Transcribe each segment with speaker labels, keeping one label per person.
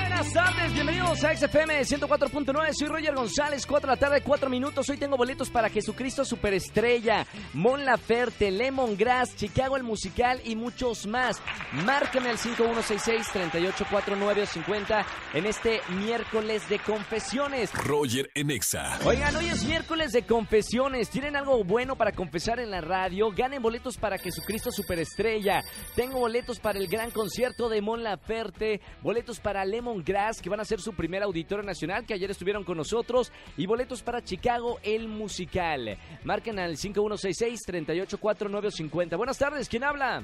Speaker 1: Buenas tardes, bienvenidos a XFM 104.9. Soy Roger González, 4 de la tarde, 4 minutos. Hoy tengo boletos para Jesucristo Superestrella, Mon Laferte, Lemon Grass, Chicago el Musical y muchos más. Márcame al 5166-384950 en este miércoles de confesiones.
Speaker 2: Roger en Exa.
Speaker 1: Oigan, hoy es miércoles de confesiones. ¿Tienen algo bueno para confesar en la radio? Ganen boletos para Jesucristo Superestrella. Tengo boletos para el gran concierto de Mon Laferte, boletos para Lemon Grass, que van a ser su primer auditorio nacional, que ayer estuvieron con nosotros, y boletos para Chicago, el musical. Marquen al 5166-384950. Buenas tardes, ¿quién habla?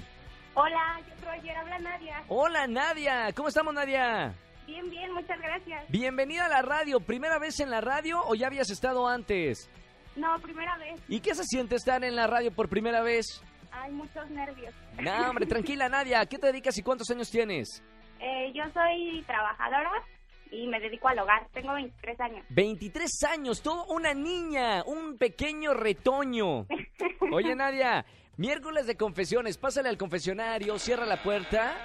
Speaker 3: Hola, yo soy Roger, habla Nadia.
Speaker 1: Hola, Nadia. ¿Cómo estamos, Nadia?
Speaker 3: Bien, bien, muchas gracias.
Speaker 1: Bienvenida a la radio. ¿Primera vez en la radio o ya habías estado antes?
Speaker 3: No, primera vez.
Speaker 1: ¿Y qué se siente estar en la radio por primera vez?
Speaker 3: Hay muchos nervios.
Speaker 1: No, hombre, tranquila, Nadia. ¿A qué te dedicas y cuántos años tienes?
Speaker 3: Eh, yo soy trabajadora y me dedico al hogar. Tengo 23 años.
Speaker 1: 23 años, todo una niña, un pequeño retoño. Oye, Nadia, miércoles de confesiones, pásale al confesionario, cierra la puerta.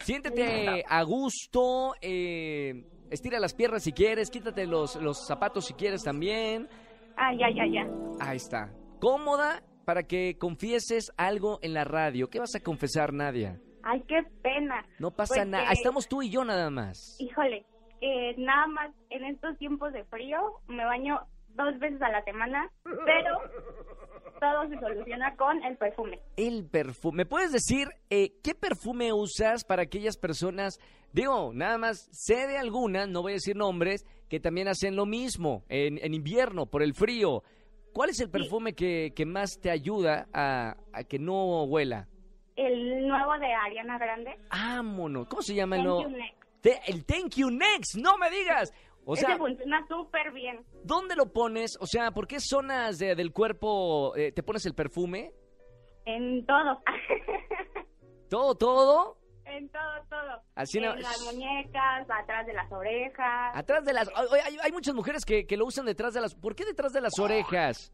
Speaker 1: Siéntete a gusto, eh, estira las piernas si quieres, quítate los, los zapatos si quieres también.
Speaker 3: Ah, ya, ya, ya.
Speaker 1: Ahí está. Cómoda para que confieses algo en la radio. ¿Qué vas a confesar, Nadia?
Speaker 3: Ay, qué pena.
Speaker 1: No pasa
Speaker 3: Pues,
Speaker 1: nada.
Speaker 3: eh,
Speaker 1: Estamos tú y yo nada más.
Speaker 3: Híjole, que nada más en estos tiempos de frío me baño dos veces a la semana, pero todo se soluciona con el perfume.
Speaker 1: El perfume. ¿Me puedes decir eh, qué perfume usas para aquellas personas? Digo, nada más sé de algunas, no voy a decir nombres, que también hacen lo mismo en, en invierno, por el frío. ¿Cuál es el perfume que, que más te ayuda a, a que no huela?
Speaker 3: El nuevo de Ariana Grande.
Speaker 1: Ámonos. ¿Cómo se llama el
Speaker 3: Thank
Speaker 1: no-
Speaker 3: you, next.
Speaker 1: Te- el Thank You Next, no me digas. O sea,
Speaker 3: Ese funciona súper bien.
Speaker 1: ¿dónde lo pones? O sea, ¿por qué zonas de- del cuerpo eh, te pones el perfume?
Speaker 3: En todo.
Speaker 1: ¿Todo, todo?
Speaker 3: en todo, todo.
Speaker 1: Así
Speaker 3: en
Speaker 1: no-
Speaker 3: las muñecas, atrás de las orejas.
Speaker 1: Atrás de las... o- oye, Hay, hay muchas mujeres que, que lo usan detrás de las... ¿Por qué detrás de las orejas?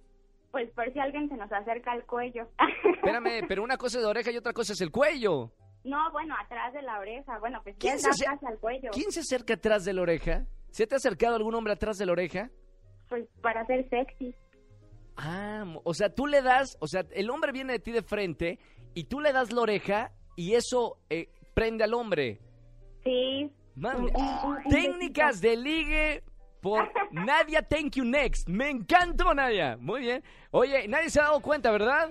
Speaker 3: Pues por si alguien se nos acerca al cuello.
Speaker 1: Espérame, pero una cosa es la oreja y otra cosa es el cuello.
Speaker 3: no, bueno, atrás de la oreja. Bueno, pues
Speaker 1: ¿Quién
Speaker 3: ¿quién
Speaker 1: se
Speaker 3: está
Speaker 1: acer-
Speaker 3: atrás al cuello?
Speaker 1: ¿Quién se acerca atrás de la oreja? ¿Se te ha acercado algún hombre atrás de la oreja?
Speaker 3: Pues para ser sexy.
Speaker 1: Ah, mo- o sea, tú le das... O sea, el hombre viene de ti de frente y tú le das la oreja y eso eh, prende al hombre.
Speaker 3: Sí.
Speaker 1: Mami,
Speaker 3: Un- un- un
Speaker 1: técnicas de ligue por Nadia Thank You Next. Me encantó, Nadia. Muy bien. Oye, nadie se ha dado cuenta, ¿verdad?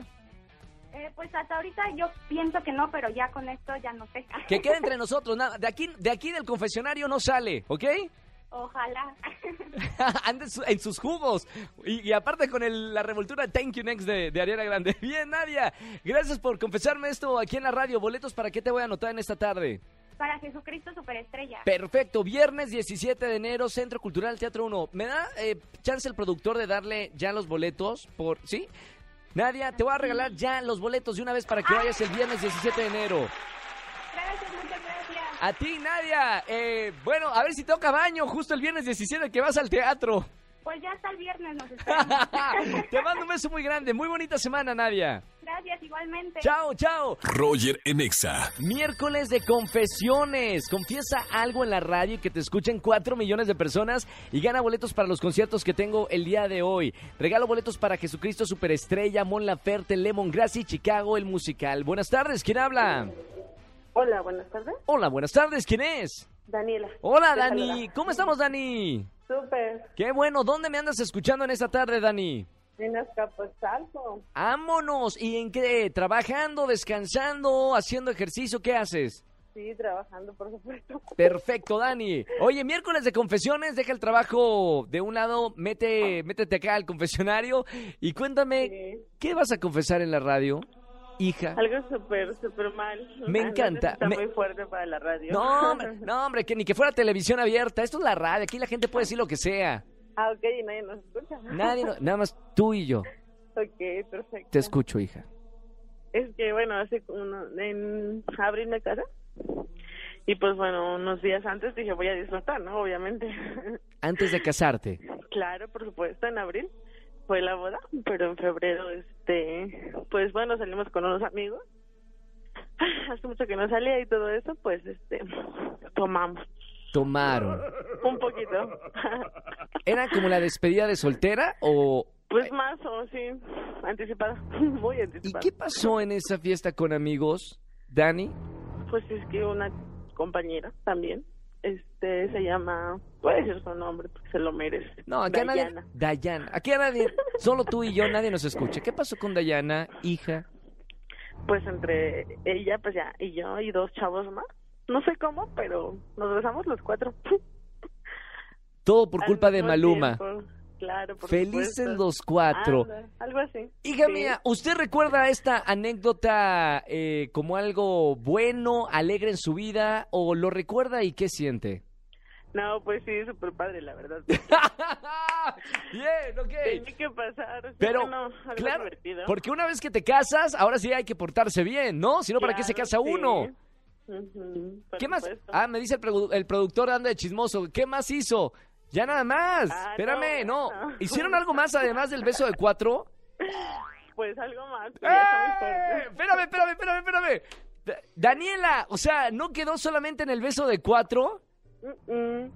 Speaker 3: Eh, pues hasta ahorita yo pienso que no, pero ya con esto ya no sé.
Speaker 1: Que quede entre nosotros, nada, de aquí, de aquí del confesionario no sale, ¿ok?
Speaker 3: Ojalá.
Speaker 1: Anda en su- en sus jugos. Y, y aparte con el- la revoltura Thank You Next de, de Ariana Grande. Bien, Nadia. Gracias por confesarme esto aquí en la radio. Boletos para qué te voy a anotar en esta tarde.
Speaker 3: para Jesucristo Superestrella.
Speaker 1: Perfecto, viernes 17 de enero, Centro Cultural Teatro 1. ¿Me da eh, chance el productor de darle ya los boletos por... ¿Sí? Nadia, te voy a regalar ya los boletos de una vez para que vayas el viernes 17 de enero.
Speaker 3: Gracias, muchas gracias.
Speaker 1: A ti, Nadia. Eh, bueno, a ver si toca baño justo el viernes 17 que vas al teatro.
Speaker 3: Pues ya hasta el viernes nos esperamos.
Speaker 1: Te mando un beso muy grande. Muy bonita semana, Nadia.
Speaker 3: gracias, igualmente.
Speaker 1: Chao, chao.
Speaker 2: Roger en Exa.
Speaker 1: Miércoles de confesiones. Confiesa algo en la radio y que te escuchen 4 millones de personas y gana boletos para los conciertos que tengo el día de hoy. Regalo boletos para Jesucristo Superestrella, Mon Laferte, Lemon Grass y Chicago, el musical. Buenas tardes, ¿quién habla?
Speaker 4: Hola, buenas tardes.
Speaker 1: Hola, buenas tardes, ¿quién es?
Speaker 4: Daniela.
Speaker 1: Hola,
Speaker 4: Te
Speaker 1: Dani.
Speaker 4: saluda.
Speaker 1: ¿Cómo estamos, Dani?
Speaker 4: Súper.
Speaker 1: Qué bueno, ¿dónde me andas escuchando en esta tarde, Dani?
Speaker 4: En Azcapotzalco.
Speaker 1: ¡Vámonos! ¿Y en qué? ¿Trabajando, descansando, haciendo ejercicio? ¿Qué haces?
Speaker 4: Sí, trabajando, por supuesto.
Speaker 1: Perfecto, Dani. Oye, miércoles de confesiones, deja el trabajo de un lado, mete, métete acá al confesionario y cuéntame,
Speaker 4: Sí.
Speaker 1: ¿qué vas a confesar en la radio, hija?
Speaker 4: Algo súper, súper mal.
Speaker 1: Me
Speaker 4: Ah, no,
Speaker 1: encanta.
Speaker 4: Está
Speaker 1: Me-
Speaker 4: muy fuerte para la radio.
Speaker 1: No, hombre, no, hombre, que ni que fuera televisión abierta. Esto es la radio, aquí la gente puede decir lo que sea.
Speaker 4: ah, ok, y nadie nos escucha.
Speaker 1: Nadie, no- nada más tú y yo.
Speaker 4: Ok, perfecto.
Speaker 1: Te escucho, hija.
Speaker 4: Es que, bueno, hace uno, en abril me casé. Y pues, bueno, unos días antes dije, voy a disfrutar, ¿no? Obviamente.
Speaker 1: Antes de casarte.
Speaker 4: claro, por supuesto, en abril fue la boda, pero en febrero, este, pues bueno, salimos con unos amigos. Hace mucho que no salía y todo eso, pues, este, tomamos
Speaker 1: Tomaron.
Speaker 4: un poquito.
Speaker 1: ¿Era como la despedida de soltera o...?
Speaker 4: Pues más o sí, anticipada, muy
Speaker 1: ¿Y
Speaker 4: anticipada.
Speaker 1: qué pasó en esa fiesta con amigos, Dani?
Speaker 4: Pues es que una compañera también, este, se llama, puede decir su nombre porque se lo merece.
Speaker 1: No, aquí a nadie...
Speaker 4: Dayana.
Speaker 1: Dayana. Aquí a nadie... Solo tú y yo, nadie nos escucha. ¿Qué pasó con Dayana, hija?
Speaker 4: Pues entre ella, pues ya, y yo y dos chavos más. No sé cómo, pero nos besamos los cuatro.
Speaker 1: Todo por
Speaker 4: Al
Speaker 1: culpa de
Speaker 4: mismo
Speaker 1: Maluma.
Speaker 4: tiempo, Claro, por
Speaker 1: Felices
Speaker 4: supuesto.
Speaker 1: los cuatro.
Speaker 4: Anda, algo así.
Speaker 1: Hija
Speaker 4: Sí.
Speaker 1: mía, ¿usted recuerda esta anécdota eh, como algo bueno, alegre en su vida o lo recuerda y qué siente?
Speaker 4: No, pues sí, súper padre, la verdad.
Speaker 1: Bien, ok.
Speaker 4: Tenía que pasar. sí,
Speaker 1: Pero,
Speaker 4: bueno, algo
Speaker 1: claro,
Speaker 4: divertido.
Speaker 1: porque una vez que te casas, ahora sí hay que portarse bien, ¿no? Si no, ¿para qué se
Speaker 4: Claro,
Speaker 1: casa
Speaker 4: sí.
Speaker 1: uno?
Speaker 4: Ujú, por
Speaker 1: ¿Qué más?
Speaker 4: supuesto.
Speaker 1: Ah, me dice el, produ- el productor, anda de chismoso. ¿Qué más hizo? Ya nada más.
Speaker 4: Ah,
Speaker 1: Espérame, no.
Speaker 4: no, no.
Speaker 1: ¿Hicieron algo más además del beso de cuatro?
Speaker 4: Pues algo más.
Speaker 1: ¡Eh!
Speaker 4: pero ya está muy fuerte.
Speaker 1: Espérame, espérame, espérame, espérame. Da- Daniela, o sea, ¿no quedó solamente en el beso de cuatro?
Speaker 4: Mm, mm.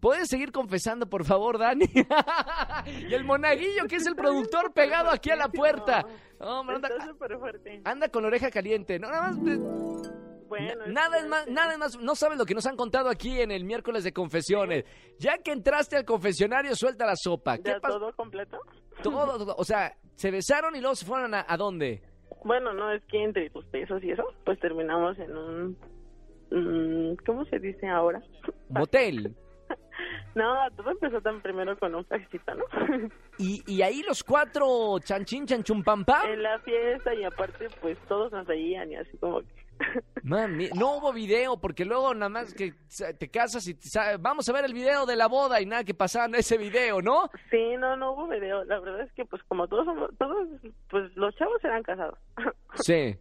Speaker 1: ¿Puedes seguir confesando, por favor, Dani? y el monaguillo, que es el productor pegado aquí a la puerta. No, hombre, anda,
Speaker 4: Está súper fuerte.
Speaker 1: anda con la oreja caliente. No, nada más. eh,
Speaker 4: Bueno,
Speaker 1: na- nada es
Speaker 4: que-
Speaker 1: más, nada es más. No sabes lo que nos han contado aquí en el miércoles de confesiones. Ya que entraste al confesionario, suelta la sopa. ¿Qué
Speaker 4: ¿Ya
Speaker 1: pasó?
Speaker 4: todo completo?
Speaker 1: Todo, todo, o sea, se besaron y luego se fueron a, a dónde?
Speaker 4: Bueno, no, es que entre tus pesos y eso, pues terminamos en un... mm, ¿Cómo se dice ahora?
Speaker 1: Motel.
Speaker 4: No, todo empezó tan primero con un fajecito, ¿no?
Speaker 1: Y, y ahí los cuatro, chanchín, chanchum, pam, pam.
Speaker 4: en la fiesta y aparte, pues todos nos veían y así como que...
Speaker 1: Mami, no hubo video, porque luego nada más que sa- te casas y te sa- vamos a ver el video de la boda y nada que pasaba en ese video, ¿no?
Speaker 4: Sí, no, no hubo video. La verdad es que pues como todos, somos- todos pues los chavos eran casados.
Speaker 1: Sí.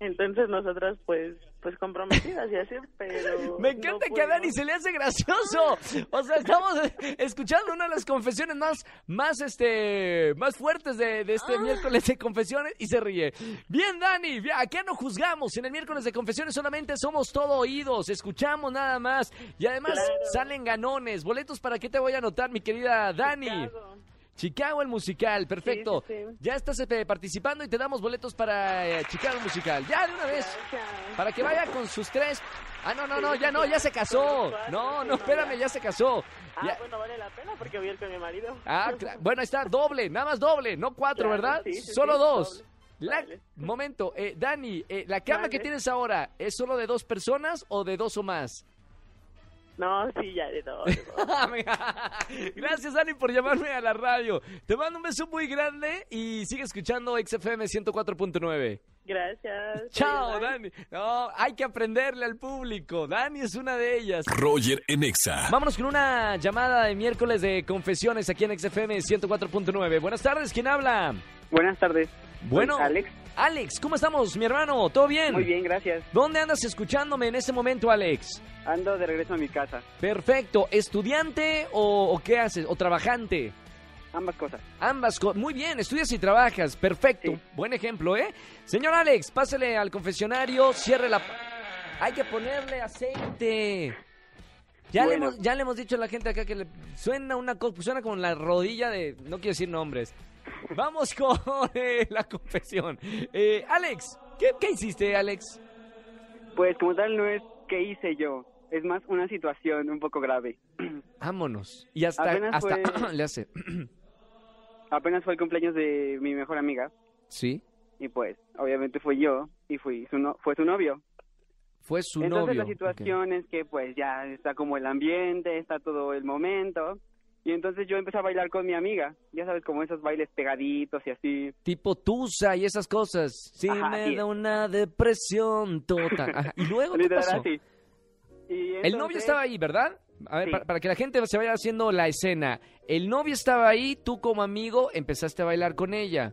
Speaker 4: Entonces nosotras pues pues comprometidas y así, pero...
Speaker 1: Me encanta
Speaker 4: no
Speaker 1: que a Dani
Speaker 4: pudimos.
Speaker 1: se le hace gracioso. O sea, estamos eh, escuchando una de las confesiones más, más, este, más fuertes de, de este miércoles de confesiones y se ríe. Bien, Dani, bien, aquí no juzgamos. En el miércoles de confesiones solamente somos todo oídos, escuchamos nada más. Y además
Speaker 4: Claro.
Speaker 1: salen ganones. Boletos para qué te voy a anotar, mi querida Dani.
Speaker 4: Chicago.
Speaker 1: Chicago el musical, perfecto.
Speaker 4: Sí, sí, sí.
Speaker 1: Ya estás eh, participando y te damos boletos para eh, Chicago el musical. Ya de una vez.
Speaker 4: Gracias.
Speaker 1: Para que vaya con sus tres. Ah, no, no, no, ya no, ya se casó. No, no, espérame, ya se casó.
Speaker 4: Ah,
Speaker 1: Ya-
Speaker 4: bueno, vale la pena porque voy a ir con mi marido.
Speaker 1: Ah, cla- bueno, ahí está, doble, nada más doble, no cuatro,
Speaker 4: Claro,
Speaker 1: ¿verdad?
Speaker 4: sí, sí,
Speaker 1: Solo
Speaker 4: sí,
Speaker 1: dos.
Speaker 4: doble.
Speaker 1: La-
Speaker 4: Vale.
Speaker 1: Momento, eh, Dani, eh, ¿la cama que
Speaker 4: Vale.
Speaker 1: tienes ahora es solo de dos personas o de dos o más?
Speaker 4: No, sí, ya de todo. de todo.
Speaker 1: Gracias, Dani, por llamarme a la radio. Te mando un beso muy grande y sigue escuchando XFM 104.9.
Speaker 4: Gracias.
Speaker 1: Chao,
Speaker 4: Bye, bye.
Speaker 1: Dani. No, hay que aprenderle al público. Dani es una de ellas.
Speaker 2: Roger en Exa.
Speaker 1: Vámonos con una llamada de miércoles de confesiones aquí en XFM 104.9. Buenas tardes, ¿quién habla?
Speaker 5: Buenas tardes.
Speaker 1: Bueno,
Speaker 5: Soy Alex.
Speaker 1: Alex, ¿cómo estamos, mi hermano? ¿Todo bien?
Speaker 5: Muy bien, gracias.
Speaker 1: ¿Dónde andas escuchándome en este momento, Alex?
Speaker 5: Ando de regreso a mi casa.
Speaker 1: Perfecto. ¿Estudiante o, o qué haces? ¿O trabajante?
Speaker 5: Ambas cosas.
Speaker 1: Ambas cosas. Muy bien, estudias y trabajas. Perfecto.
Speaker 5: Sí.
Speaker 1: Buen ejemplo, ¿eh? Señor Alex, pásele al confesionario, cierre la... Hay que ponerle aceite. Ya, le
Speaker 5: Bueno.
Speaker 1: hemos, ya le hemos dicho a la gente acá que le suena una cosa, suena como la rodilla de... No quiero decir nombres. Vamos con eh, la confesión. Eh, Alex, ¿qué, qué hiciste, Alex?
Speaker 5: Pues como tal no es qué hice yo. Es más una situación un poco grave.
Speaker 1: Vámonos. Y hasta...
Speaker 5: Apenas
Speaker 1: hasta
Speaker 5: fue-
Speaker 1: le hace...
Speaker 5: Apenas fue el cumpleaños de mi mejor amiga
Speaker 1: ¿Sí?
Speaker 5: y pues obviamente fui yo y fui su no- fue su novio.
Speaker 1: Fue su
Speaker 5: Entonces
Speaker 1: novio.
Speaker 5: la situación es que pues ya está como el ambiente, está todo el momento y entonces yo empecé a bailar con mi amiga. Ya sabes como esos bailes pegaditos y así.
Speaker 1: Ok. Tipo Tusa y esas cosas. Sí,
Speaker 5: Ajá,
Speaker 1: me
Speaker 5: así
Speaker 1: da
Speaker 5: es.
Speaker 1: una depresión total. Ajá. Y luego, ¿qué
Speaker 5: Literal
Speaker 1: pasó?
Speaker 5: así. Y
Speaker 1: El novio
Speaker 5: entonces-
Speaker 1: estaba ahí, ¿verdad? A ver,
Speaker 5: Sí.
Speaker 1: para, para que la gente se vaya haciendo la escena. El novio estaba ahí, tú como amigo empezaste a bailar con ella.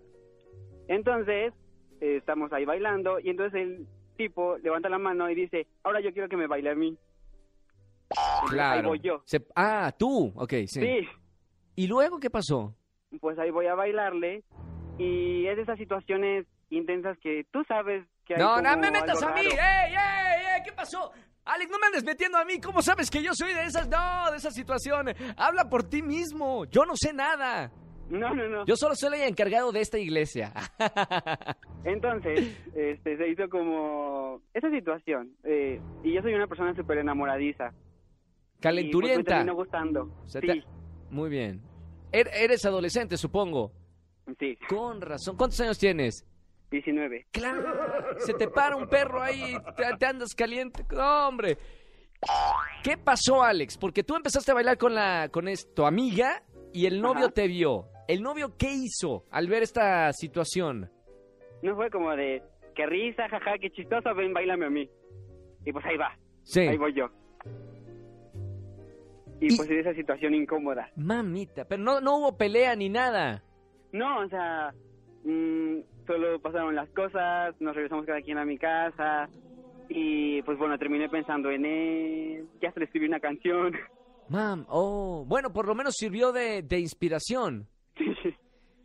Speaker 5: Entonces, eh, estamos ahí bailando y entonces el tipo levanta la mano y dice, ahora yo quiero que me baile a mí. Ahí
Speaker 1: Claro.
Speaker 5: voy yo.
Speaker 1: Se- ah, tú. Ok, sí.
Speaker 5: Sí,
Speaker 1: ¿Y luego qué pasó?
Speaker 5: pues ahí voy a bailarle y es de esas situaciones intensas que tú sabes que hay
Speaker 1: No, no
Speaker 5: como
Speaker 1: me metas
Speaker 5: algo
Speaker 1: a mí. ¿eh? ¡Ey,
Speaker 5: raro.
Speaker 1: ey, ey! ¿Qué pasó? Alex, no me andes metiendo a mí. ¿Cómo sabes que yo soy de esas? No, de esa situación. Habla por ti mismo. Yo no sé nada.
Speaker 5: No, no, no.
Speaker 1: Yo solo soy el encargado de esta iglesia.
Speaker 5: Entonces, este, se hizo como esa situación. eh, y yo soy una persona súper enamoradiza. Y, pues, me
Speaker 1: Calenturienta.
Speaker 5: terminó gustando.
Speaker 1: Se
Speaker 5: sí,
Speaker 1: te- Muy bien. Er- eres adolescente, supongo.
Speaker 5: sí,
Speaker 1: Con razón. ¿Cuántos años tienes?
Speaker 5: 19.
Speaker 1: Claro. Se te para un perro ahí, te, te andas caliente. No, hombre. ¿Qué pasó, Alex? Porque tú empezaste a bailar con la con es- tu amiga y el novio
Speaker 5: Ajá.
Speaker 1: te vio. ¿El novio qué hizo al ver esta situación?
Speaker 5: No fue como de, qué risa, jaja, qué chistoso, ven, bailame a mí. Y pues ahí va,
Speaker 1: Sí.
Speaker 5: ahí voy yo. Y,
Speaker 1: Y-
Speaker 5: pues en esa situación incómoda.
Speaker 1: Mamita, pero no, no hubo pelea ni nada.
Speaker 5: No, o sea, mm, solo pasaron las cosas, nos regresamos cada quien a mi casa. Y pues bueno, terminé pensando en él, ya se le escribí una canción.
Speaker 1: Mam, oh, bueno, por lo menos sirvió de, de inspiración.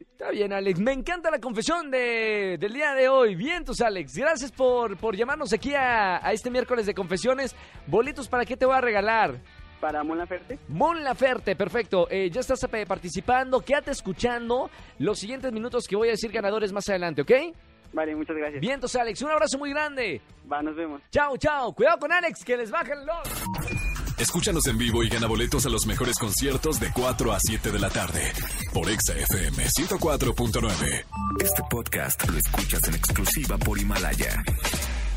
Speaker 1: Está bien, Alex. Me encanta la confesión de, del día de hoy. Vientos, Alex. Gracias por, por llamarnos aquí a, a este miércoles de confesiones. Boletos, ¿para qué te voy a regalar?
Speaker 5: para Mon Laferte.
Speaker 1: Mon Laferte, perfecto. Eh, ya estás eh, participando. Quédate escuchando los siguientes minutos que voy a decir ganadores más adelante, ¿ok?
Speaker 5: Vale, muchas gracias.
Speaker 1: Vientos, Alex. Un abrazo muy grande.
Speaker 5: Va, nos vemos.
Speaker 1: Chao, chao. Cuidado con Alex, que les bajan los...
Speaker 2: Escúchanos en vivo y gana boletos a los mejores conciertos de 4 a 7 de la tarde por Exa FM 104.9.
Speaker 6: Este podcast lo escuchas en exclusiva por Himalaya.